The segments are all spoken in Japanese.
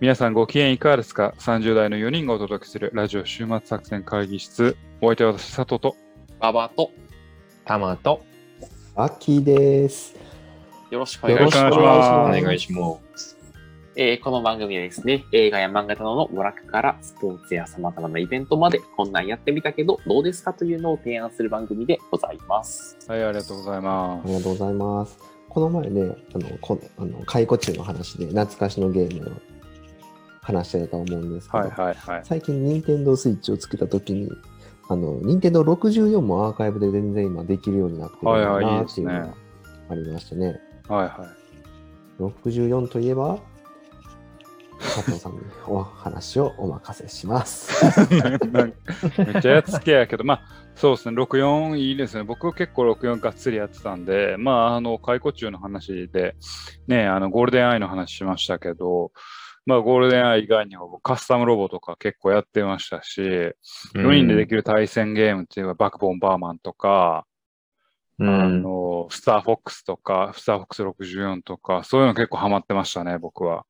皆さんご機嫌いかがですか ?30 代の4人がお届けするラジオ週末作戦会議室。お相手は私、佐藤と。ババとたまとアッキーです。よろしくおよ願ろいししくお願ますいし。おます。願いします。えーこの番組はですね、映画や漫画などの娯楽からスポーツや様々なイベントまで、こんなんやってみたけど、どうですかというのを提案する番組でございます。。はい、ありがとうございまありがとうございます。この前ね、あの、こあの解雇中の話で懐かしのゲームを話してたと思うんですす。けど、はいはいはい。最近、任天堂スイッチをつけたときに、あの、任天堂64もアーカイブで全然今できるようになってるんだはいはいいないでってすいうねのがありましてね、はいはい。 64といえば、佐藤さんにお話をお任せします。なんか めっちゃやつけやけど、まあそうですね、64いいですね。僕結構64がっつりやってたんで、まああの解雇中の話で、ね、あのゴールデンアイの話しましたけど、まあゴールデンアイ以外にもカスタムロボとか結構やってましたし、4人でできる対戦ゲームっていうのはバックボーンバーマンとか、 うあん。のスターフォックスとか、スターフォックス64とか、そういうの結構ハマってましたね、僕は。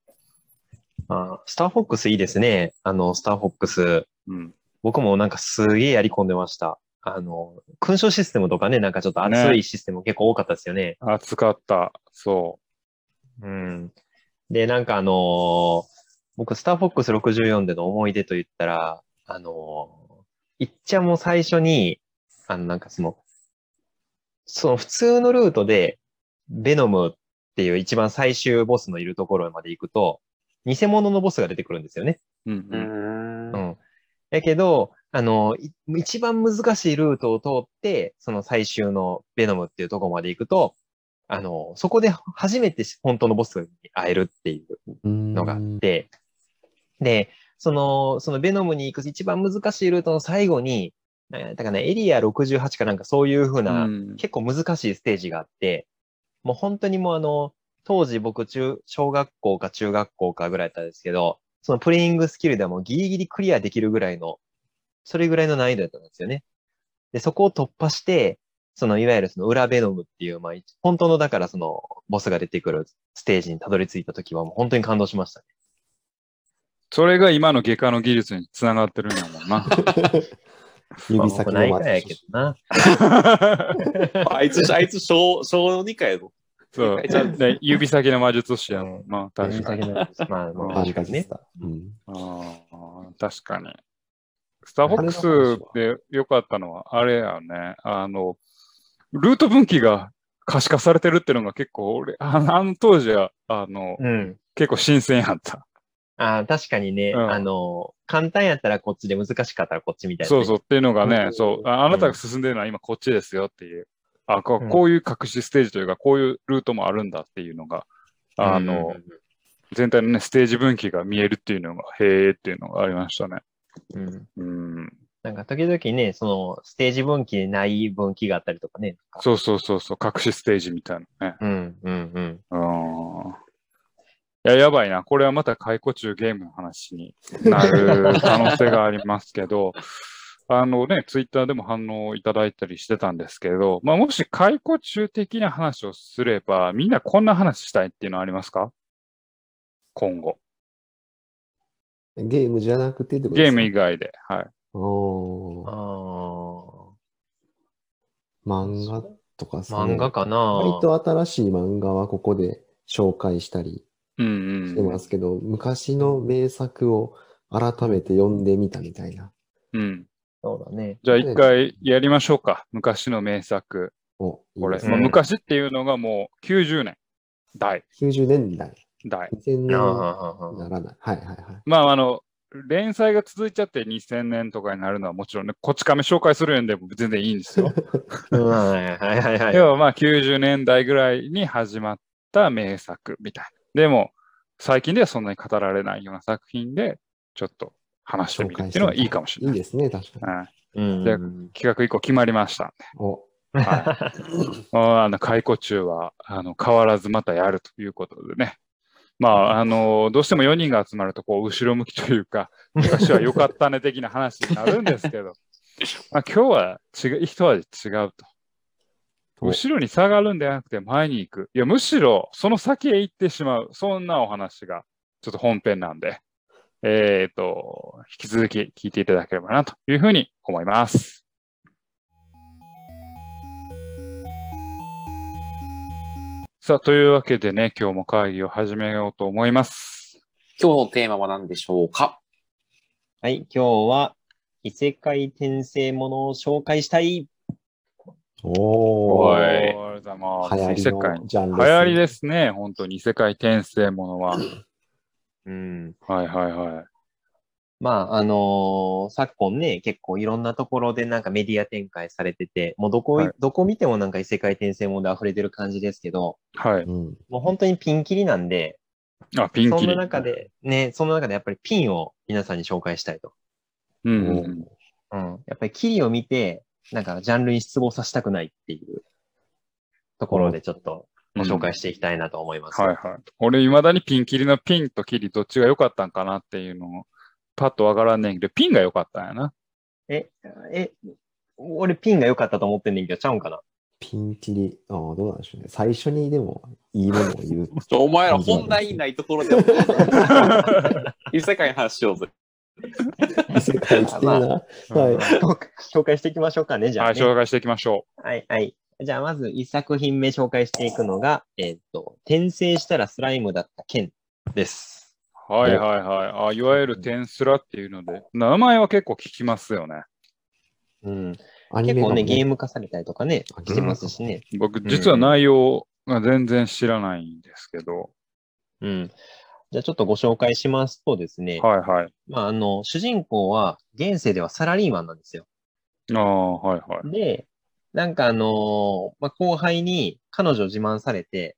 あスターフォックスいいですね。あの、スターフォックス。うん、僕もなんかすげえやり込んでました。あの、勲章システムとかね、なんかちょっと熱いシステム結構多かったですよね。熱かった、そうん。で、なんかあのー僕、スターフォックス64での思い出と言ったら、あのーいっちゃんも最初に、あの、なんかその、その普通のルートで、ベノムっていう一番最終ボスのいるところまで行くと、偽物のボスが出てくるんですよね。う。うんうんうんん。やけど、あの、い一番難しいルートを通って、その最終のベノムっていうところまで行くと、あの、そこで初めて本当のボスに会えるっていうののがあって、で、その、そのベノムに行く一番難しいルートの最後に、なんやったかな、エリア68かなんかそういう風うな、ん結構難しいステージがあって、もう本当にもうあの、当時僕中、小学校か中学校かぐらいだったんですけど、そのプレイングスキルではもうギリギリクリアできるぐらいの、それぐらいの難易度だったんですよね。で、そこを突破して、そのいわゆるその裏ベノムっていう、まあ、一本当のだからそのボスが出てくるステージにたどり着いた時はもう本当に感動しましたね。それが今の外科の技術につながってるんやもん な。指先まあの僕ないからやけどな。あいつ、あいつ、小、小2回の。そうじゃあね指先の魔術師やもんな。確指かに。先のまあ、まあ、マジ確かかにねで。た。うんあー確かに。スターフォックスで良かったのは、あれやね、あの、ルート分岐が可視化されてるっていうのが結構俺、あのあの当時は、あの、うん。結構新鮮やった。ああ、確かにね、うんあの、簡単やったらこっちで難しかったらこっちみたいな。そうそうっていうのがねう、んそう、ああなたが進んでるのは今こっちですよっていう、あこうんこういう隠しステージというか、こういうルートもあるんだっていうのが、うん。あの、全体のね、ステージ分岐が見えるっていうのが、へーっていうのがありましたね。うん、うんうん。なんか時々ね、その、ステージ分岐でない分岐があったりとかね。そうそうそうそう、隠しステージみたいなね。うん、うん、うん。うん。いや、やばいな。これはまた解雇中ゲームの話になる可能性がありますけど、 あのね、ツイッターでも反応いただいたりしてたんですけど、まあ、もし解雇中的な話をすれば、みんなこんな話したいっていうのはありますか今後。ゲームじゃなくてってことゲーム以か外で。はい。おあーあ、漫画とかさ、漫画かな。割と新しい漫画はここで紹介したりうんしてうん。ますけど、昔の名作を改めて読んでみたみたいな。うん。そうだね。じゃあ一回やりましょうか。昔の名作。おいいこれ、ですまあ、うんね昔っていうのがもう90年代、 90年代、代。 2000年あなあ、らない。はいはいはい。まあ、あの、連載が続いちゃって2000年とかになるのはもちろんね、こっち亀紹介するんでも全然いいんですよ。うんはいはいはいはい。要はまあ90年代ぐらいに始まった名作みたいな。でも、最近ではそんなに語られないような作品で、ちょっと話してみるっていうのはいいかもしれいいない。ですね、確かに。うんうんじゃあうん企画以降決まりました。おは あーあの解雇中はあの変わらずまたやるということでね。まあ、あのどうしても4人が集まるとこう後ろ向きというか、昔は良かったね的な話になるんですけど、まあ、今日は違う一味違うと。お後ろに下がるんではなくて前に行く。いや、むしろその先へ行ってしまう。そんなお話がちょっと本編なんで、えっ、と、引き続き聞いていただければなというふうに思います。さあ、というわけでね、今日も会議を始めようと思います。今日のテーマは何でしょうかはい、今日は異世界転生ものを紹介したい。おおー。はーいようございます。流行異り世界のジャンル、流行りですね、本当に異世界転生ものは。うん。はいはいはい。まあ、あのー昨今ね、結構いろんなところでなんかメディア展開されてて、もうどこ、はいどこ見てもなんか異世界転生もので溢れてる感じですけど、はい。うん。もう本当にピンキリなんで、あ、ピンそキんなリ。中で、ね、その中でやっぱりピンを皆さんに紹介したいと。うんうんおうんー。うん。やっぱりキリを見て、なんかジャンルに失望させたくないっていうところでちょっとご紹介していきたいなと思います。はいはい。俺、未だにピンキリのピンとキリどっちが良かったんかなっていうのを、パッとわからんねんけど、ピンが良かったんやな。え、え、俺ピンが良かったと思ってんねんけど、ちゃうんかな ピンキリ。ああ、どうなんでしょうね。最初にでも、いいものを言う。お前らら本本題題ににないところ で異世界の話しようぜ。異世界来てるな。 はい。紹介紹介していきましょうかね、じゃはあ、い、ね。紹介していきましょはい、はい。じゃあ、まず一作品目紹介していくのが、えっ、と、転生したらスライムだった剣です。う。はいはいはい。あいわゆるテンスラっていうので、名前は結構聞きますよね。うん。アニメ結か構もね、ゲーム化されたりとかねあ、してますしね。僕、ん実は内容が全然知らないんですけど。うん。じゃあ、ちょっとご紹介しますとですね、はいはい。まあ、あの、主人公は、現世ではサラリーマンなんですよ。ああ、はいはい。で、なんかあのーまあ、後輩に彼女を自慢されて、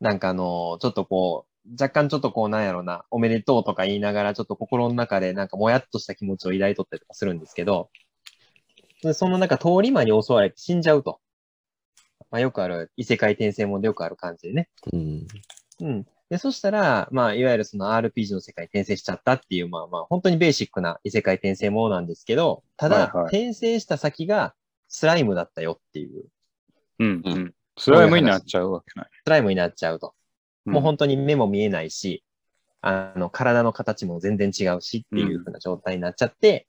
なんかあのーちょっとこう、若干ちょっとこうなんやろな、おめでとうとか言いながら、ちょっと心の中でなんかもやっとした気持ちを抱いとったりとかするんですけど、でその中通り魔に襲われて死んじゃうと。まあ、よくある異世界転生もんでよくある感じでね。うん。うん。で、そしたら、まあ、いわゆるその RPG の世界に転生しちゃったっていう、まあまあ、本当にベーシックな異世界転生ものなんですけど、ただ、はいはい転生した先がスライムだったよっていう、うんう。うんスライムになっちゃうわけない。スライムになっちゃうと。うんもう本当に目も見えないし、あの、体の形も全然違うしっていう風な状態になっちゃって、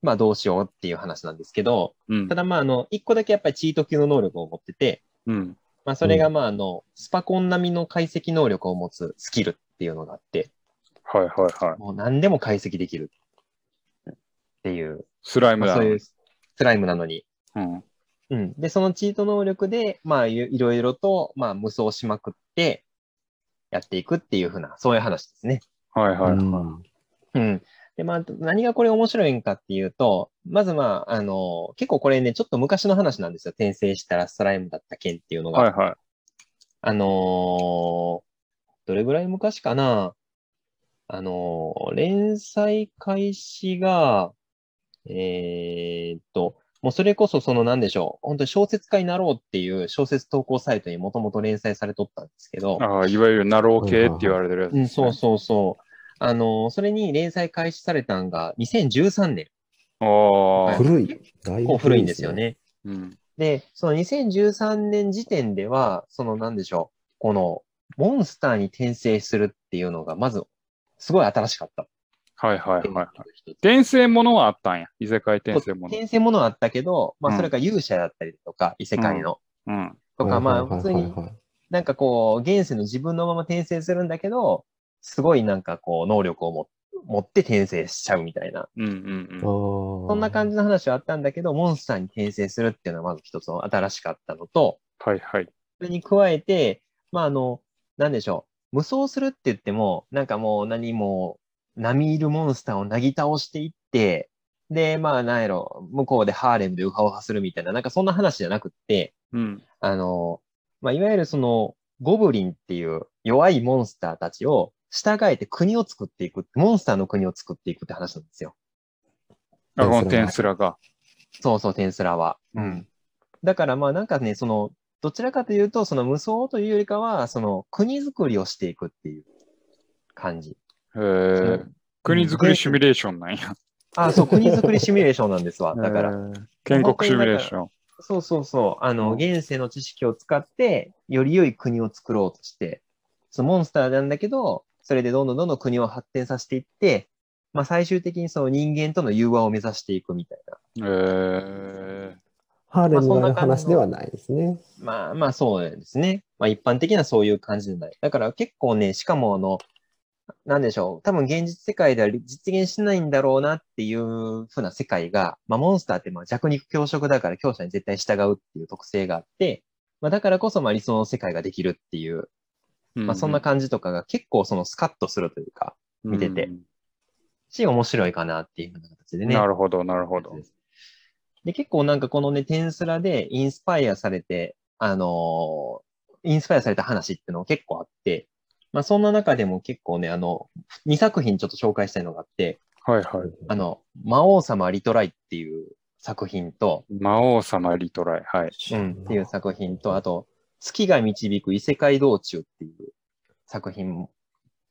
まあ、どうしようっていう話なんですけど、うんただまあ、あの、一個だけやっぱりチート級の能力を持ってて、うん。まあ、それがまあ、あの、スパコン並みの解析能力を持つスキルっていうのがあって、はいはいはい。もう何でも解析できる。っていう、スライムまだあそう。いうスライムなのに。うんうん。で、そのチート能力で、まあ、いいろいろと、まあ、無双しまくって、やっていくっていうふうな、そういう話ですね。はいはい。うんうん。で、まあ、何がこれ面白いんかっていうと、まずまあ、あの、結構これね、ちょっと昔の話なんですよ。転生したらスライムだった剣っていうのが。はいはい。あのーどれぐらい昔かなあのー連載開始が、えーっと、もうそれこそその何でしょう、本当に小説家になろうっていう小説投稿サイトにもともと連載されとったんですけど、ああ、いわゆるナロー系って言われてるやつうでん、すね。そうそうそう。あのーそれに連載開始されたんが2013年。ああ。古い。だいこぶう古いんですよね。ね。うん。で、その2013年時点では、その何でしょう、このモンスターに転生するっていうのが、まず、すごい新しかったっはいはいていうはのいが。一つ転生ものはあったんや。異世界転生もの。転生ものはあったけど、まうあんそれが勇者だったりとか、異世界の。うん。とか、まあはい普はい通はいにはいはいなんかこう、現世の自分のまま転生するんだけど、すごいなんかこう、能力をも持って転生しちゃうみたいな。うんうんあうん。ーそんな感じの話はあったんだけど、モンスターに転生するっていうのはまず一つの新しかったのと、はいはい。それに加えて、まあ、あの、なんでしょう。無双するって言っても、なんかもう何も、並いるモンスターをなぎ倒していって、で、まあ、なんやろ、向こうでハーレムでウハウハするみたいな、なんかそんな話じゃなくって、うん。あの、まあ、いわゆるその、ゴブリンっていう弱いモンスターたちを従えて国を作っていく、モンスターの国を作っていくって話なんですよ。あ、このテンスラが。そうそう、テンスラは。うん。だからまあなんかね、その、どちらかというと、その無双というよりかは、その国づくりをしていくっていう感じ。へえ。国づくりシミュレーションなんや。あ、そう、国づくりシミュレーションなんですわ。だから、。建国シミュレーション。そうそうそう、あの、うん現世の知識を使って、より良い国を作ろうとして、そのモンスターなんだけど、それでどんどんどんどん国を発展させていって、まあ、最終的にその人間との融和を目指していくみたいな。えー、ハーレムがあるまあそんな感話じのではないですね。まあまあそうなんですね。まあ一般的にはそういう感じじゃない。だから結構ね、しかもあの、なんでしょう、多分現実世界では実現しないんだろうなっていうふうな世界が、まあモンスターってまあ弱肉強食だから強者に絶対従うっていう特性があって、まあだからこそまあ理想の世界ができるっていう、まあそんな感じとかが結構そのスカッとするというか、じ見ててし面白いかなっていうふうな形でね。なるほど、なるほど。で、結構なんかこのね、テンスラでインスパイアされて、あのーインスパイアされた話っていうのも結構あって、まあそんな中でも結構ね、あの、2作品ちょっと紹介したいのがあって、はいはい。あの、魔王様リトライっていう作品と、魔王様リトライ。はい。うん、っていう作品と、あと、月が導く異世界道中っていう作品も、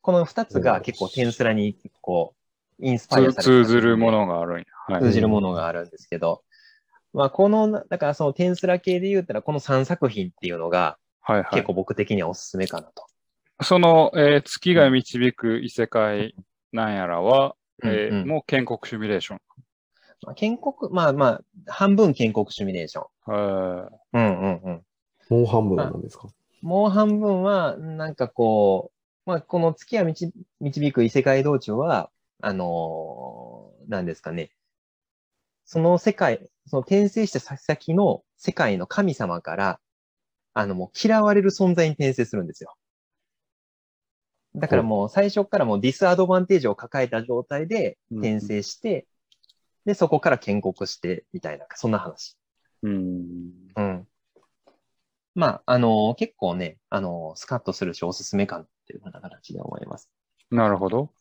この2つが結構テンスラに結構インスパイ通アされた通ずるものがあるんや。はい。通じるものがあるんですけど、まあ、この、だからそのテンスラ系で言うたら、この3作品っていうのがはいは結い。構僕的にはおすすめかなと。その、えー月が導く異世界なんやらは、えーうんうんもう建国シミュレーション。まあ、建国、まあまあ、半分建国シミュレーション。えーうんうんうん。もう半分なんですか。もう半分は、なんかこう、まあ、この月が導導く異世界道中は、あのーなんですかね。その世界、その転生した先の世界の神様から、あのもう嫌われる存在に転生するんですよ。だからもう最初からもうディスアドバンテージを抱えた状態で転生して、で、そこから建国して、みたいな、そんな話。うん。うん。まあ、あの結構ね、あのスカッとするし、おすすめかなっていうふうな形で思います。なるほど。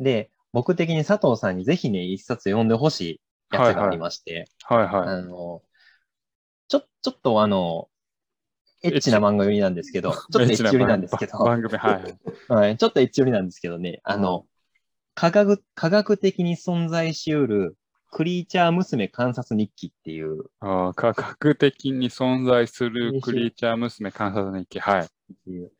で、僕的に佐藤さんにぜひね、一冊読んでほしいやつがありまして、はいはい。あのちょ、ちょっとあのエッチな漫画寄りなんですけど、ちょっとエッチ寄りなんですけ ど、番組、はいはい。 はい、ちょっとエッチ寄りなんですけどね、あの、科学、科学的に存在しうるクリーチャー娘観察日記っていうあー科学的に存在するクリーチャー娘観察日記。はい。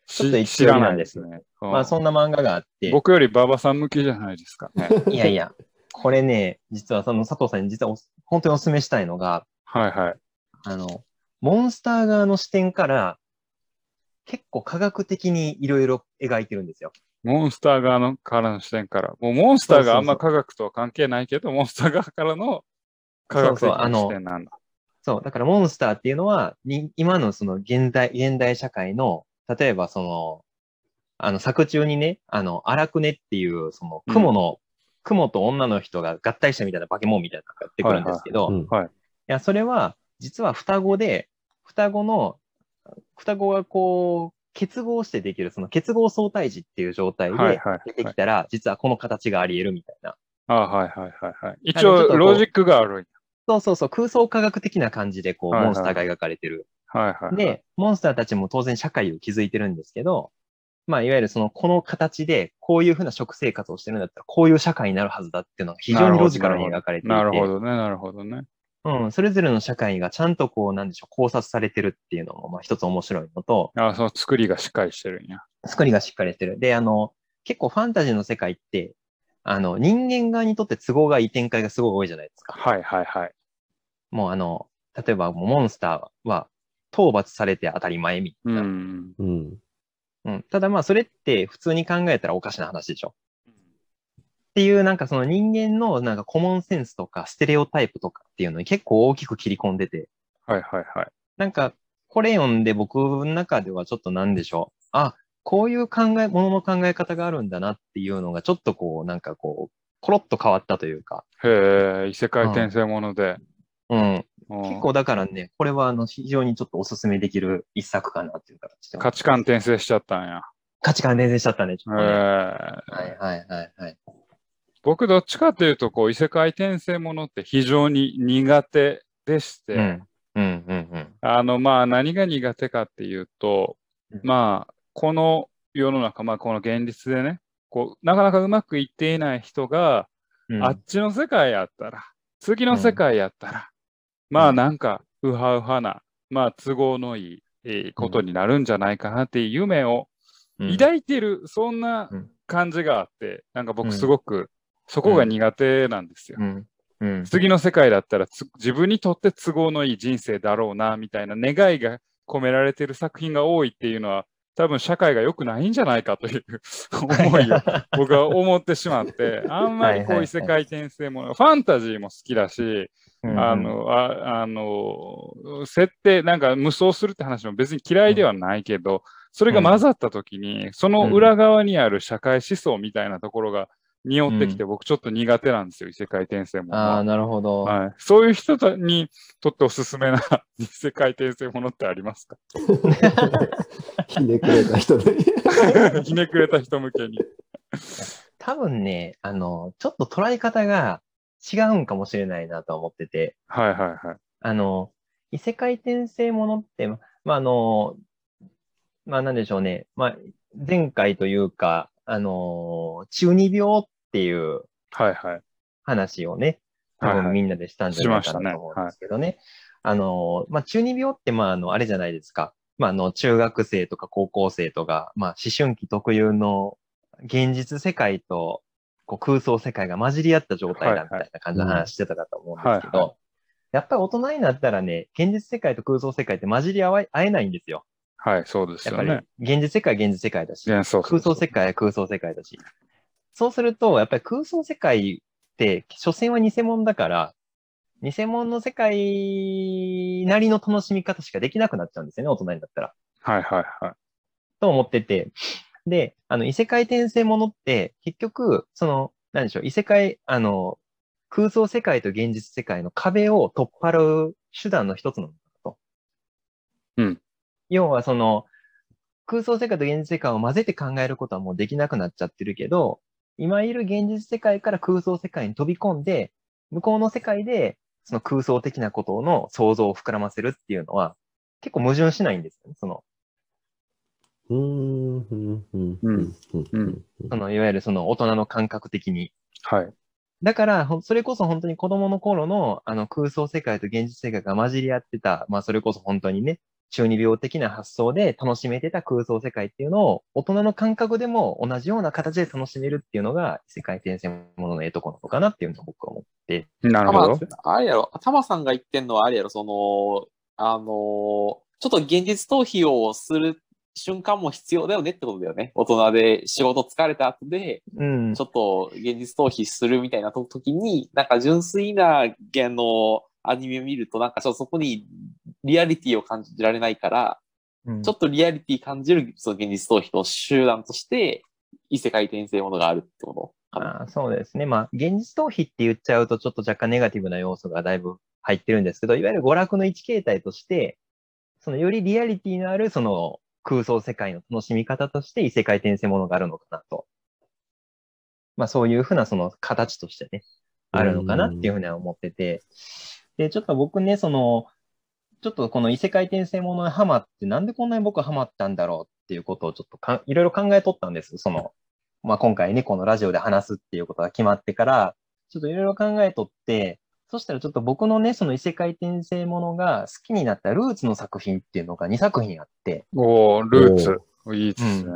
ちょっとし一応なんですね。まあそんな漫画があって、僕より馬場さん向きじゃないですかね。いやいや、これね、実はその佐藤さんに実はおす本当にお勧めしたいのが、はいはい。あの、モンスター側の視点から、結構科学的にいろいろ描いてるんですよ。モンスター側のからの視点から。もうモンスターがあんまそ科学とは関係ないけど、モンスター側からの科学的そうそうあなの視点なんだ。そう、だからモンスターっていうのは、に今のその現代、現代社会の、例えばその、あの作中にね、あの、荒くねっていう、その雲の、雲と女の人が合体したみたいな化け物みたいなのがやってくるんですけど、うんいや、それは、実は双子で、双子の、双子がこう、結合してできる、その結合相対時っていう状態はいでは出いてはいき。たら、実はこの形があり得るみたいな。あはいはいはいはい。一あのち応、ょっとこうロジックがあるんや。そうそうそう、空想科学的な感じで、こう、はいはいモンスターが描かれてる。はいはいはい。で、モンスターたちも当然社会を築いてるんですけど、まあ、いわゆるその、この形で、こういうふうな食生活をしてるんだったら、こういう社会になるはずだっていうのが非常にロジカルに描かれていて。なるほどね、なるほどね。うん、それぞれの社会がちゃんとこう、なんでしょう、考察されてるっていうのも、まあ、一つ面白いのと、あその作りがしっかりしてるんや。作りがしっかりしてる。で、あの、結構ファンタジーの世界って、あの、人間側にとって都合がいい展開がすごい多いじゃないですか。はいはいはい。もうあの、例えばもうモンスターは討伐されて当たり前みたういな。ん。うん。うんただまあそれって普通に考えたらおかしな話でしょ。っていうなんかその人間のなんかコモンセンスとかステレオタイプとかっていうのに結構大きく切り込んでて、はいはいはい。なんかこれ読んで僕の中ではちょっとなんでしょう。あ、こういう考え、ものの考え方があるんだなっていうのがちょっとこうなんかこう、コロッと変わったというか。へえ、異世界転生もので。うん。うん結構だからね、これはあの非常にちょっとおすすめできる一作かなっていう形で。価値観転生しちゃったんや。価値観全然しちゃったね、ちょっとね。へえはいはいはいはい。僕どっちかというとこう異世界転生ものって非常に苦手でして、うん。うんうんうん。あのまあ何が苦手かっていうと、うんまあこの世の中まあこの現実でねこうなかなかうまくいっていない人が、うんあっちの世界やったら次の世界やったら、まあなんかうはうはなまあ都合のいいえーことになるんじゃないかなっていう夢をうん抱いてる、そんなうん感じがあって、なんかうん僕すごく、そこが苦手なんですよ。うん。うん。次の世界だったらつ自分にとって都合のいい人生だろうな、みたいな願いが込められてる作品が多いっていうのは、多分社会が良くないんじゃないかという 思いを僕は思ってしまって、あんまりこう異世界転生もの、ファンタジーも好きだし、うんあ、の、ああの、設定、なんか無双するって話も別に嫌いではないけど、それが混ざった時に、その裏側にある社会思想みたいなところが匂ってきて、僕ちょっと苦手なんですよ、異世界転生ものああ、は。なるほど。はい、そういう人たにとっておすすめな 異世界転生ものってありますか ひねくれた人で。ひねくれた人向けに。多分ね、あの、ちょっと捉え方が違うんかもしれないなと思ってて、はいはいはい。あの、異世界転生ものって、ま、まあ、あの、まあ、なんでしょうね。まあ、前回というか、あの、中二病っていうはいはい。話をね、多はいは分いみんなでしたんじゃないかなと思うんですけどね。あの、まあ、中二病って、まあ、あの、あれじゃないですか。まあ、あの、中学生とか高校生とか、まあ、思春期特有の現実世界とこう空想世界が混じり合った状態だみたいな感じの話してたかと思うんですけはいはど、やっぱり大人になったらね、現実世界と空想世界って混じり合わ合えないんですよ。はい、そうですやっよぱりね。、現実世界は現実世界だし、いやそうそう空想世界は空想世界だし。そうすると、やっぱり空想世界って、所詮は偽物だから、偽物の世界なりの楽しみ方しかできなくなっちゃうんですよね、大人になったら。はいはいはい。と思ってて。で、あの、異世界転生ものって、結局、その、なんでしょう、異世界、あの、空想世界と現実世界の壁を取っ払う手段の一つなのかなと。うん。要は、その、空想世界と現実世界を混ぜて考えることはもうできなくなっちゃってるけど、今いる現実世界から空想世界に飛び込んで、向こうの世界で、その空想的なことの想像を膨らませるっていうのは、結構矛盾しないんですよね。その、うーん、うん、うん、うん、うん。その、いわゆるその大人の感覚的に。はい。だから、ほんそれこそ本当に子供の頃のあの空想世界と現実世界が混じり合ってた、まあそれこそ本当にね、中二病的な発想で楽しめてた空想世界っていうのを大人の感覚でも同じような形で楽しめるっていうのが異世界転生もののええとこなのかなっていうのを僕は思って。なるほど。あれやろ、タマさんが言ってんのはあれやろ、その、あのー、ちょっと現実逃避をする瞬間も必要だよねってことだよね。大人で仕事疲れた後で、うんち。ょっと現実逃避するみたいなと時に、なんか純粋な、あの、アニメを見ると、なんかちょっとそこにリアリティを感じられないから、うんちょっとリアリティ感じる、その現実逃避の集団として、異世界転生ものがあるってことかな。あーそうですね。まあ、現実逃避って言っちゃうと、ちょっと若干ネガティブな要素がだいぶ入ってるんですけど、いわゆる娯楽の一形態として、そのよりリアリティのあるその空想世界の楽しみ方として異世界転生ものがあるのかなと。まあ、そういうふうなその形としてね、あるのかなっていうふうには思ってて。で、ちょっと僕ね、その、ちょっとこの異世界転生ものにハマって、なんでこんなに僕ハマったんだろうっていうことをちょっとかいろいろ考えとったんです。その、まあ、今回ね、このラジオで話すっていうことが決まってから、ちょっといろいろ考えとって、そしたらちょっと僕のね、その異世界転生ものが好きになったルーツの作品っていうのが2作品あって、おおルーツ。いいですね。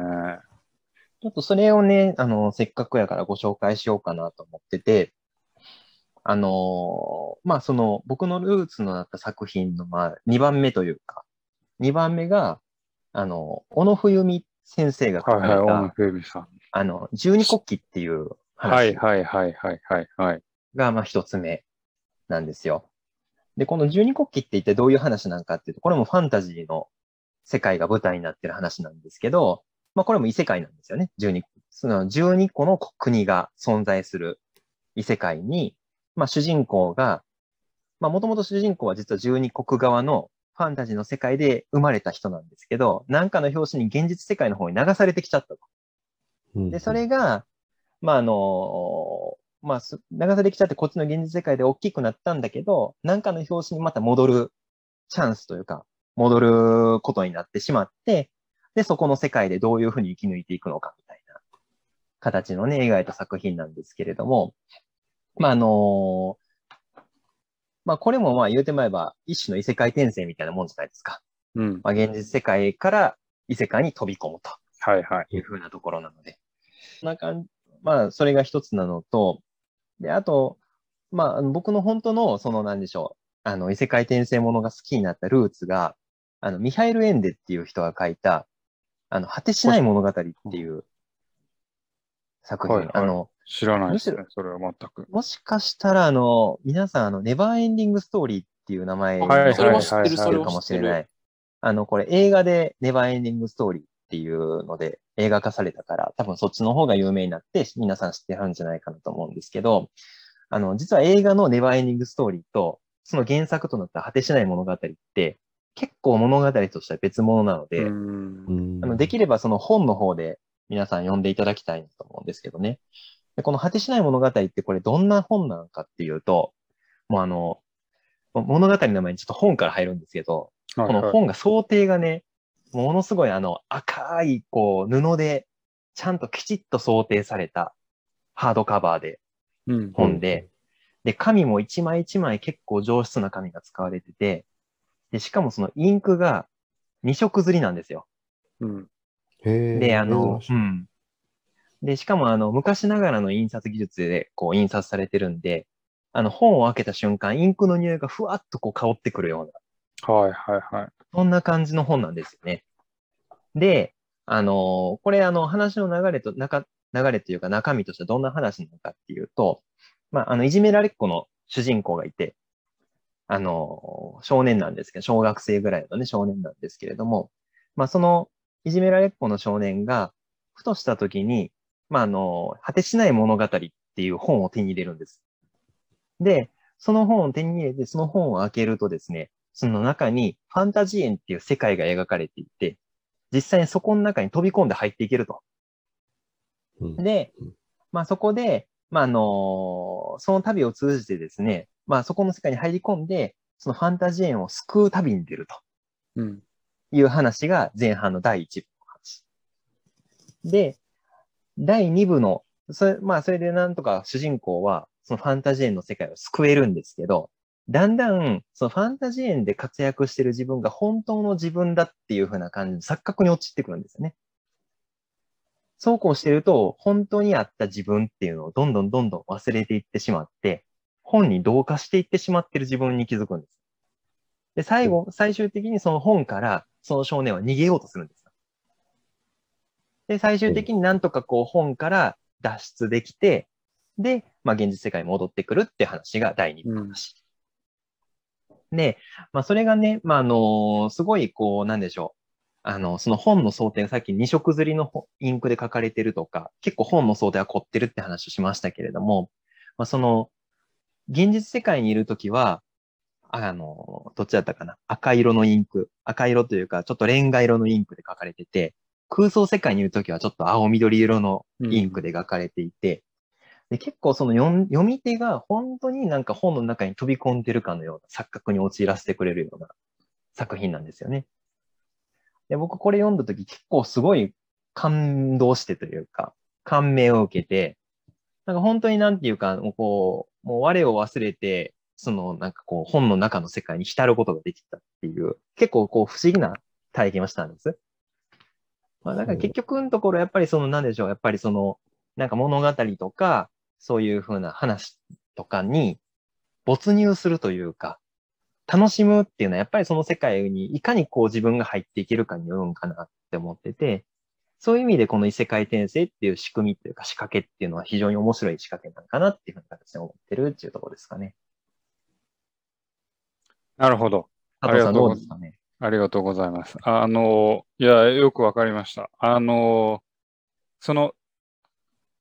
ちょっとそれをね、あの、せっかくやからご紹介しようかなと思ってて、あのーまあ、その、僕のルーツのなった作品の、まあ、2番目というか、2番目が、あの、小野冬美先生が書はいかれはい、た、オムフェビさん。あの、十二国旗っていう話。はいはいはいはいはいはい。が、まあ、一つ目なんですよ。で、この十二国旗って一体どういう話なんかっていうと、これもファンタジーの世界が舞台になってる話なんですけど、まあ、これも異世界なんですよね。12、その12個の国が存在する異世界に、まあ、主人公が、まあ、もともと主人公は実は12国側のファンタジーの世界で生まれた人なんですけど、なんかの表紙に現実世界の方に流されてきちゃったと。うんで、それが、まあ、あの、まあ、す長さできちゃってこっちの現実世界で大きくなったんだけど、なんかの表紙にまた戻るチャンスというか、戻ることになってしまって、で、そこの世界でどういうふうに生き抜いていくのかみたいな形のね、描いた作品なんですけれども、まあ、あのまあ、これもまあ言うてまえば、一種の異世界転生みたいなもんじゃないですか。うん。まあ、現実世界から異世界に飛び込むと。はいはい。いうふうなところなので。そんな感じまあ、それが一つなのと、で、あと、まああの、僕の本当の、その、なんでしょう、あの、異世界転生ものが好きになったルーツが、あの、ミハイル・エンデっていう人が書いた、あの、果てしない物語っていう作品。はいはいあの、知らないでむしすろね、それは全く。もしかしたら、あの、皆さん、あの、ネバーエンディングストーリーっていう名前はいはいはいそれは知ってる、はいそはいはれいはかも知しってれる。ない。あの、これ映画でネバーエンディングストーリーっていうので映画化されたから、多分そっちの方が有名になって皆さん知ってはるんじゃないかなと思うんですけど、あの、実は映画のネバーエンディングストーリーと、その原作となった果てしない物語って、結構物語としては別物なので、うんうんあのできればその本の方で皆さん読んでいただきたいなと思うんですけどね。でこの果てしない物語ってこれどんな本なのかっていうと、もうあの、も物語の前にちょっと本から入るんですけど、この本が想定がね、ものすごいあの赤いこう布で、ちゃんときちっと想定されたハードカバーでうん本で、で、紙も一枚一枚結構上質な紙が使われてて、で、しかもそのインクが2色刷りなんですよ。うんへーで、あの珍、しいうん。で、しかも、あの、昔ながらの印刷技術で、こう、印刷されてるんで、あの、本を開けた瞬間、インクの匂いがふわっとこう、香ってくるような、はいはいはい。そんな感じの本なんですよね。で、あの、これ、あの、話の流れと、中、流れというか、中身としてはどんな話なのかっていうと、まあ、あの、いじめられっ子の主人公がいて、あの、少年なんですけど、小学生ぐらいのね、少年なんですけれども、まあ、その、いじめられっ子の少年が、ふとした時に、まあ、あの、果てしない物語っていう本を手に入れるんです。で、その本を手に入れて、その本を開けるとですね、その中にファンタジー園っていう世界が描かれていて、実際にそこの中に飛び込んで入っていけると。うんでうん、まあ、そこで、まああのその旅を通じてですね、まあ、そこの世界に入り込んで、そのファンタジー園を救う旅に出るとうんいう話が前半の第1部の話。で、第2部の、それまあ、それでなんとか主人公は、そのファンタジー園の世界を救えるんですけど、だんだん、そのファンタジー園で活躍してる自分が本当の自分だっていう風な感じの錯覚に陥ってくるんですよね。そうこうしてると、本当にあった自分っていうのをどんどんどんどん忘れていってしまって、本に同化していってしまってる自分に気づくんです。で、最後、最終的にその本から、その少年は逃げようとするんです。で、最終的になんとかこう本から脱出できて、で、まあ現実世界に戻ってくるって話が第二部の話。で、まあそれがね、まああのすごいこう、なんでしょう。あの、その本の想定がさっき2色刷りのほインクで書かれてるとか、結構本の想定は凝ってるって話をしましたけれども、まあ、その、現実世界にいるときは、あの、どっちだったかな赤色のインク。赤色というか、ちょっとレンガ色のインクで書かれてて、空想世界にいるときはちょっと青緑色のインクで描かれていて、で結構その読ん読み手が本当になんか本の中に飛び込んでるかのような錯覚に陥らせてくれるような作品なんですよね。で僕これ読んだ時結構すごい感動してというか、感銘を受けて、なんか本当になんていうか、もうこう、もう我を忘れて、そのなんかこう本の中の世界に浸ることができたっていう、結構こう不思議な体験をしたんです。まあなんか結局のところやっぱりそのなんでしょう、やっぱりそのなんか物語とか、そういう風な話とかに没入するというか、楽しむっていうのはやっぱりその世界にいかにこう自分が入っていけるかによるんかなって思ってて、そういう意味でこの異世界転生っていう仕組みっていうか仕掛けっていうのは非常に面白い仕掛けなのかなっていうふうな形で思ってるっていうところですかね。なるほど。加藤さあんりがとうどうございますですかねありがとうございます。あの、いや、よくわかりました。あの、その、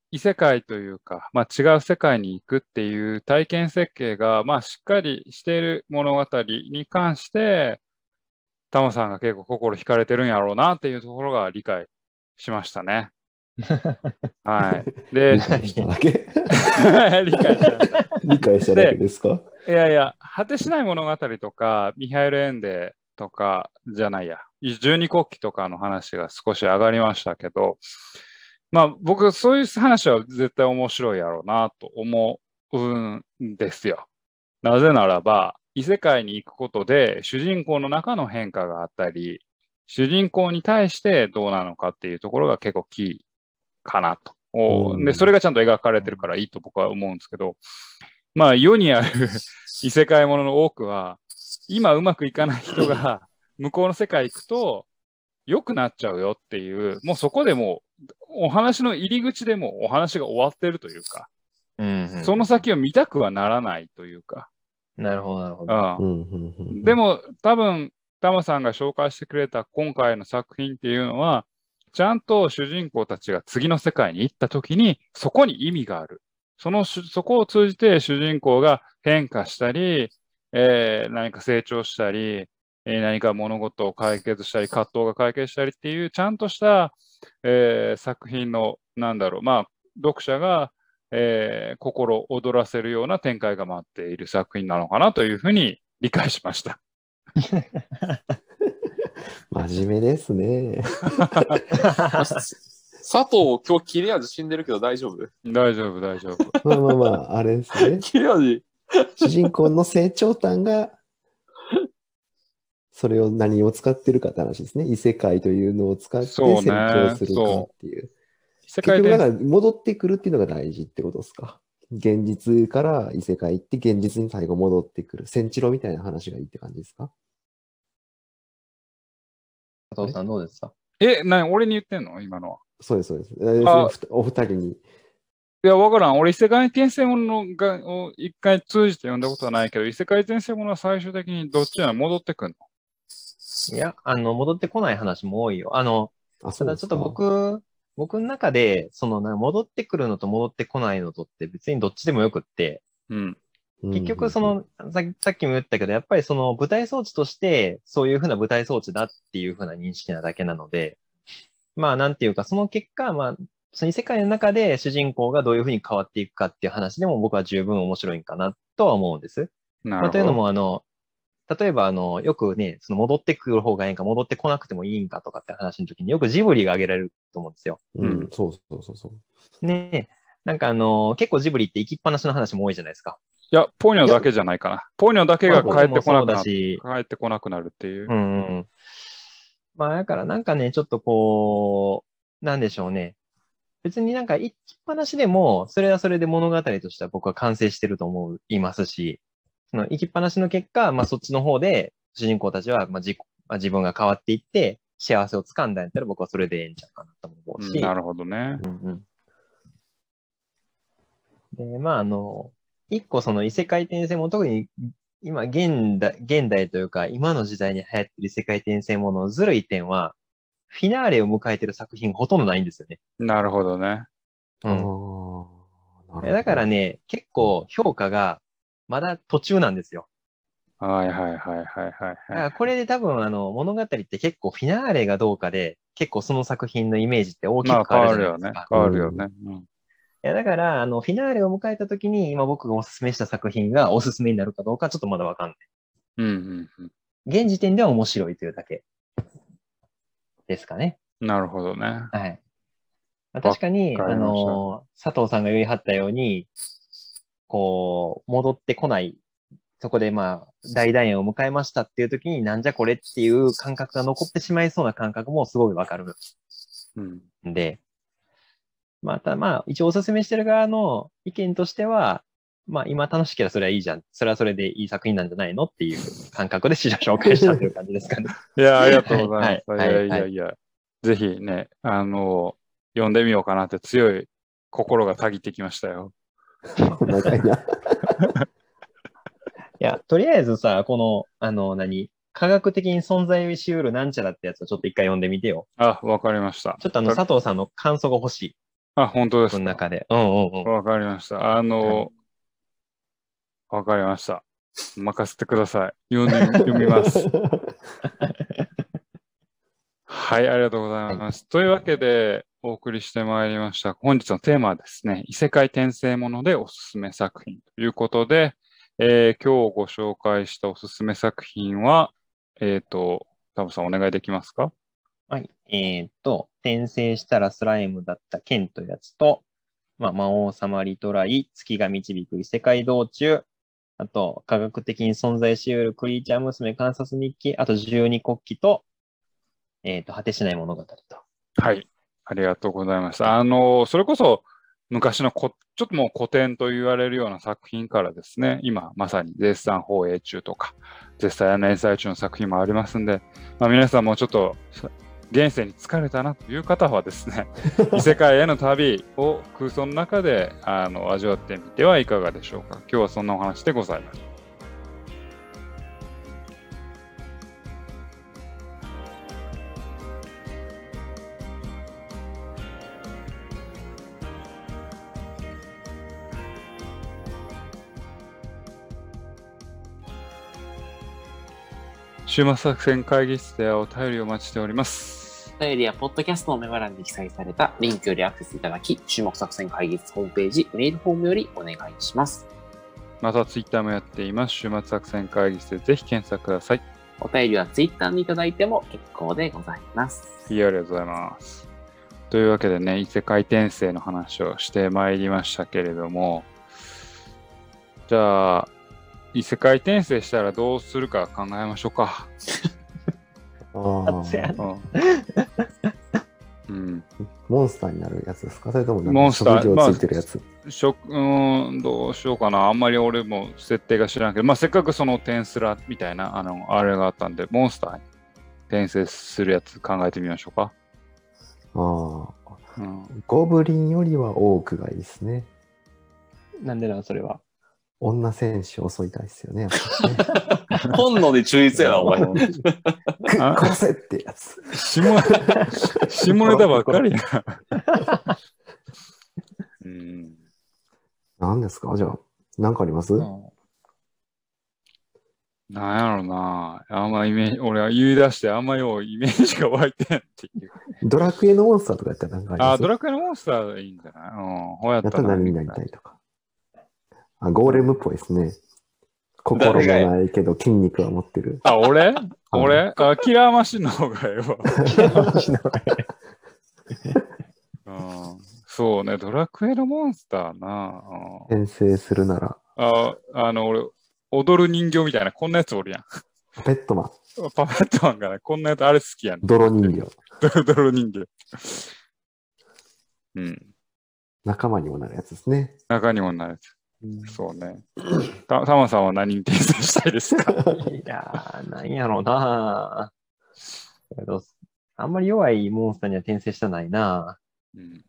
異世界というか、まあ、違う世界に行くっていう体験設計が、まあ、しっかりしている物語に関して、タモさんが結構心惹かれてるんやろうなっていうところが理解しましたね。はい。で 理、解しただけ理解しました。理解しただけですかいやいや、果てしない物語とか、ミハイル・エンデとかじゃないや、十二国旗とかの話が少し上がりましたけど、まあ僕、そういう話は絶対面白いやろうなと思うんですよ。なぜならば、異世界に行くことで主人公の中の変化があったり、主人公に対してどうなのかっていうところが結構キーかなと。おうんで、それがちゃんと描かれてるからいいと僕は思うんですけど、まあ世にある異世界ものの多くは、今うまくいかない人が向こうの世界行くと良くなっちゃうよっていう、もうそこでもうお話の入り口でもうお話が終わってるというか、うんうんその先を見たくはならないというか、なるほど、なるほうど。んう、んうんうんでも多分タマさんが紹介してくれた今回の作品っていうのはちゃんと主人公たちが次の世界に行った時にそこに意味があるそのしそこを通じて主人公が変化したり、えー何か成長したり、えー何か物事を解決したり葛藤が解決したりっていうちゃんとした、えー作品のなんだろうまあ読者が、えー心躍らせるような展開が待っている作品なのかなというふうに理解しました。真面目ですね。佐藤、今日切れ味死んでるけど大丈夫大丈夫、大丈夫。まあまあまあ、あれですね。切れ味主人公の成長譚が、それを何を使ってるかって話ですね。異世界というのを使ってそうね成長するかっていう。世結界局だかで、ら戻ってくるっていうのが大事ってことですか。現実から異世界行って現実に最後戻ってくる。センチロみたいな話がいいって感じですか佐藤さんどうですかえ、なに、俺に言ってんの今のは。そうです、そうです。えーあそのお二人に。いや、わからん。俺、異世界転生ものがを一回通じて読んだことはないけど、異世界転生ものは最終的にどっちなの戻ってくんいや、あの、戻ってこない話も多いよ。あの、あ、たそうだでちょすっとか僕、僕の中で、その、な戻ってくるのと戻ってこないのとって別にどっちでもよくって、のうん。結局そ、の、ささっきも言ったけど、やっぱりその舞台装置として、そういうふうな舞台装置だっていうふうな認識なだけなので、まあなんていうか、その結果、まあ、その異世界の中で主人公がどういうふうに変わっていくかっていう話でも僕は十分面白いんかなとは思うんです。なまるあ、ほというのど。も、あの、例えば、あの、よくね、その戻ってくる方がいいんか、戻ってこなくてもいいんかとかって話の時によくジブリが挙げられると思うんですよ。うんううんん、そうそうそうそう。ねえなんかあの、結構ジブリって行きっぱなしの話も多いじゃないですか。いや、ポニョだけじゃないかな。ポニョだけがまあ帰ってこなく僕もそうなだる。し、帰ってこなくなるっていうう。んうん。まあ、だからなんかね、ちょっとこう、なんでしょうね。別になんか行きっぱなしでも、それはそれで物語としては僕は完成してると思いますし、その行きっぱなしの結果、まあそっちの方で主人公たちは、まあ自己まあ、自分が変わっていって、幸せを掴んだんやったら僕はそれでええんちゃうかなとも思ううんし。なるほどね。うんうん。で、まあ、あの、一個その異世界転生も特に今現代、現代というか今の時代に流行ってる異世界転生ものずるい点は、フィナーレを迎えてる作品ほとんどないんですよね。なるほどね。うあんあなるほどだからね、結構評価がまだ途中なんですよ。はいはいはいはいだはいかはらこれで多分あの物語って結構フィナーレがどうかで、結構その作品のイメージって大い。きく変まあ、変わわるるじゃなよねいですか。。変わるよね。うんいや、だから、あの、フィナーレを迎えたときに、今僕がおすすめした作品がおすすめになるかどうかちょっとまだわかんない。うんうんうん。現時点では面白いというだけ。ですかね。なるほどね。はい。まあ、確かに、わあかりましたの、佐藤さんが言い張ったように、こう、戻ってこない。そこで、まあ、大団円を迎えましたっていう時に、なんじゃこれっていう感覚が残ってしまいそうな感覚もすごいわかる。うん。んで、またまあ、一応おすすめしてる側の意見としては、まあ今楽しければそれはいいじゃん。それはそれでいい作品なんじゃないのっていう感覚で試写紹介したという感じですかね。いや、ありがとうございます。はいいはいやいやいや、ぜひね、あの、読んでみようかなって強い心がたぎってきましたよ。長い な。いや、とりあえずさ、この、あの、何科学的に存在しうるなんちゃらってやつをちょっと一回読んでみてよ。あ、わかりました。ちょっとあの、佐藤さんの感想が欲しい。あ、本当でこすのか。中で。うんうんうん。わかりました。あの、わかりました。任せてください。読んでみ読み ます。はい、ありがとうございます。というわけで、お送りしてまいりました。本日のテーマはですね、異世界転生ものでおすすめ作品ということで、えー今日ご紹介したおすすめ作品は、えっ、と、タムさんお願いできますかはい。えーっと、転生したらスライムだった剣というやつと、まあ、魔王様リトライ、月が導く異世界道中、あと、科学的に存在し得るクリーチャー娘観察日記、あと十二国旗と、えっ、と、果てしない物語と。はい。ありがとうございました。あの、それこそ昔のこ、ちょっともう古典と言われるような作品からですね、今まさに絶賛放映中とか、絶賛連載中の作品もありますんで、まあ、皆さんもちょっと、さ現世に疲れたなという方はですね、異世界への旅を空想の中であの味わってみてはいかがでしょうか。今日はそんなお話でございます。週末作戦会議室ではお便りをお待ちしております。お便りやポッドキャストのメモ欄に記載されたリンクよりアクセスいただき、注目作戦会議室ホームページ、メールフォームよりお願いします。またツイッターもやっています。週末作戦会議室でぜひ検索ください。お便りはツイッターにいただいても結構でございます。いやありがとうございます。というわけでね、異世界転生の話をしてまいりましたけれども、じゃあ、異世界転生したらどうするか考えましょうか。あせやあ、うん、モンスターになるやつですかそれともなんモかンスター職業ついてるやつ。食うーんどうしようかな。あんまり俺も設定が知らんけど、まあ、せっかくその転スラみたいな、あの、あれがあったんで、モンスターに転生するやつ考えてみましょうか。ああ、うん、ゴブリンよりは多くがいいですね。 なんでなん、それは。女戦士を襲いたいですよね。やっぱりね 本能で中立やな、お 前。くあ殺せってやつ。下ネタ下ネタばっかりな。 うん、何ですかじゃあ、何かあります、なんやろな。あんまイメージ、俺は言い出してあんまようイメージが湧いてんっていう。ドラクエのモンスターとかやったら何かありますあ、ドラクエのモンスターいいんじゃないうん、ほやっやったたら何になりたいとか。あ、ゴーレムっぽいですね。心も誰がやないけど筋肉は持っ てる。あ、俺俺あキラーマシンの方がええわ。うん、そうね、ドラクエのモンスターな。うん転生するなら、あ、あの、俺、踊る人形みたいな、こんなやつおるやん。パペットマン、パペットマンがね、こんなやつ、あれ好きやん。泥人形、ドロドロ人間。うん。仲間にもなるやつですね。中にもなれて。そうね。た、たまさんは何に転生したいですかいやー、なんやろうなけどあんまり弱いモンスターには転生したないなうん。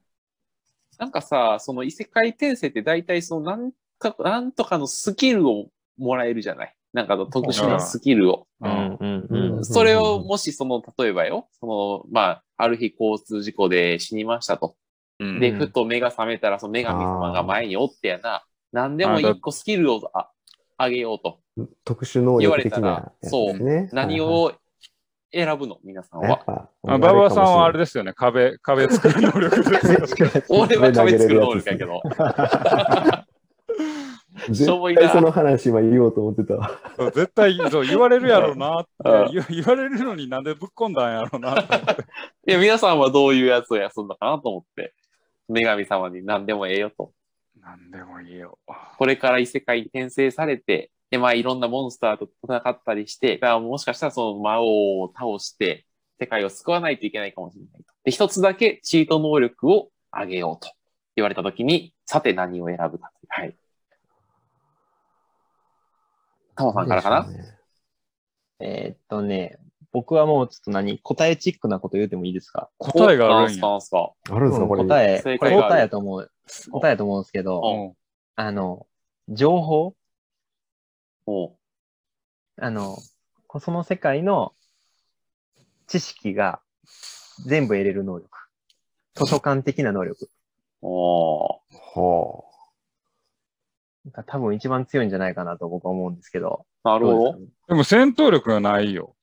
なんかさ、その異世界転生って大体そのなんか、なんとかのスキルをもらえるじゃないなんかの特殊なスキルを。ううんん。うんううんん。それをもしその、例えばよ、その、まあ、ある日交通事故で死にましたと。うんで、うんふと目が覚めたら、その女神様が前におってやな、何でも一個スキルをああげようと。特殊能力的言われたならやつですね。何はいを選ぶの皆さんはいやっは。ぱ、あ馬場さんはあれでですよね。壁、壁作る能力ですよね。俺は壁作る能力やけど。絶しょぼいな対その話今言おうと思ってたわ。そう 絶対そう言われるやろうなっうんて言わ言われるのになんでぶっ込んだんやろうなって いや、皆さんはどういうやつを休んだかなと思って。女神様に何でもええよと。なんでもいいよ。これから異世界に転生されて、で、まあ、いろんなモンスターと戦ったりして、だからもしかしたらその魔王を倒して、世界を救わないといけないかもしれないと。で、一つだけチート能力を上げようと言われたときに、さて何を選ぶか。はい。タモさんからかな、でしょうねえーっとね、僕はもうちょっと何、答えチックなこと言うてもいいですか答えがあるんスや。タンスか。あるんですか、これ。答え、こ正れ解がある答えやと思う。答えやと思うんですけど、うんあの、情報もあの、こその世界の知識が全部得れる能力。図書館的な能力。う、もはが多分一番強いんじゃないかなと僕は思うんですけど。う、なるほどどうです。かねでも戦闘力がないよ。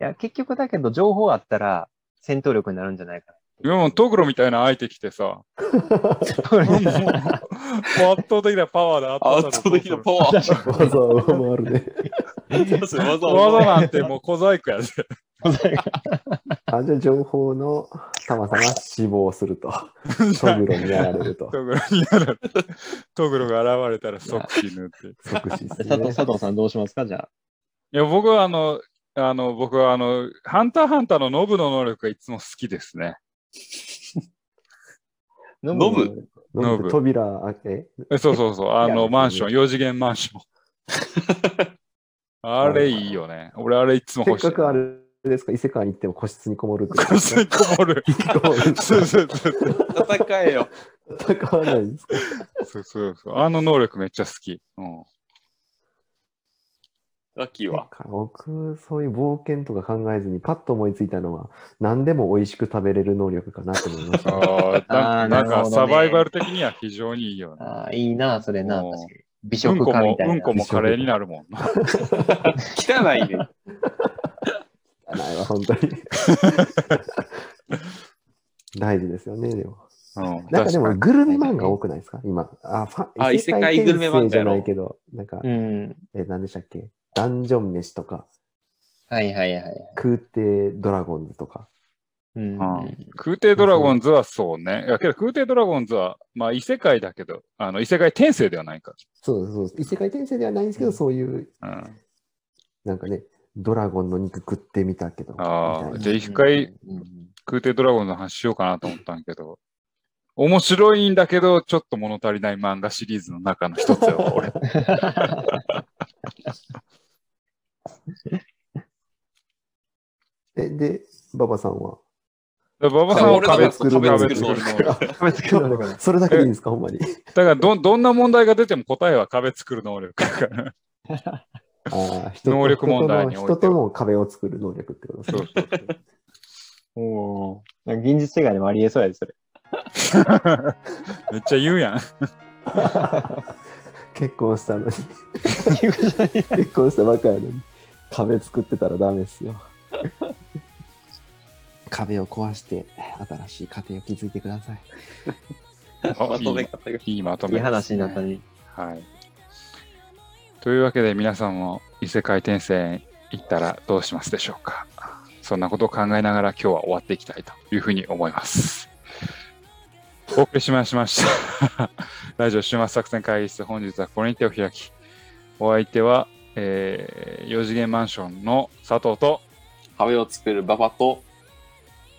いや、結局だけど情報あったら戦闘力になるんじゃないかでもトグロみたいな相手来て さ、な。もうもう圧倒的なパワーで圧圧倒される倒的なパワー。 あ。わざわざもあるね。わざわざ技なんてもう小細工やで。あ、じゃあ情報のたまたま死亡する と。トグロにやられると。トグロにやられてトグロが現れたら即死ぬって。い即死です 佐 藤ね。佐藤さんどうしますかじゃあ。や、僕はあの、あの僕はあの、ハンターハンターのノブの能力がいつも好きですね。ノノブノノブブ扉開け、えそうそう そう、あいや別の、にマンション、4次元マンショ ン。あれいいよね。俺、あれいつもせっ欲しい。かくあれですか、異世界に行っても個室にこもるってこと個です室かにこもる。 そうそうそう戦えよ。戦わないんですかそうそうそう。あの能力めっちゃ好き。うん、ラッキーは。僕、そういう冒険とか考えずに、パッと思いついたのは、何でも美味しく食べれる能力かなと思いました。ああ、なな あーなんるほどかねサバイバル的には非常にいいよね。ああ、いいな、それな、おー確かに。美うん食こ家みも、たいな。うんこもカレーになるもんな。汚いね。汚いわ、本当に。 大事ですよね、でも。うん、なんかでも、確グルメ漫画多くないですか今。あ、ファあ異世界グルメ漫画やろじゃないけど、なんか、うん。え、何でしたっけダンジョン飯とか、はいはいはい。空挺ドラゴンズとか。うんあ空挺ドラゴンズはそうね。いやけど空挺ドラゴンズは、まあ異世界だけど、あの異世界転生ではないかそうそう。異世界転生ではないんですけど、そういう、ら。うん、なんかね、ドラゴンの肉食ってみたけど。あーみたいなじゃあ一回、うん空挺ドラゴンズの話しようかなと思ったんやけど、面白いんだけど、ちょっと物足りない漫画シリーズの中の一つ よ、俺。え、で、馬場さんはで馬場さんは俺だか壁ら作る壁壁作作るる能能力力。だか 壁作るのがそれだけでいいんですか、ほんまに。らど、どんな問題が出ても答えは壁作る能力だから。あー人と能力問題においては人との壁を作る能力ってことそですうね。そうおー現実世界でもありえそうやで、それ。 めっちゃ言うやん。 結婚したのに、 結婚したばっかりやのに、壁作ってたらダメですよ。 壁を壊して、新しい家庭を築いてください。あまいとめい方が。いいまとめいでいす話になったね。はい。というわけで皆さんも異世界転生行ったらどうしますでしょうかそんなことを考えながら今日は終わっていきたいというふうに思います。お送りしましました。 ラジオ週末作戦会議室、本日はこれに手を開き、お相手は、え4次元マンションの佐藤と、壁を作るババと、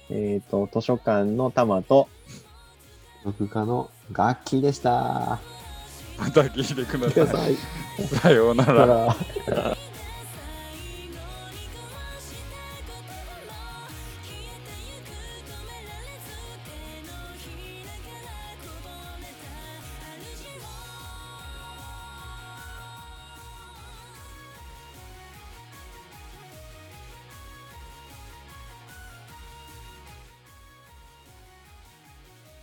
えっと、図書館の玉と、録画のガッキーでした。また聞いてくだくだささい。 い。さような。だからら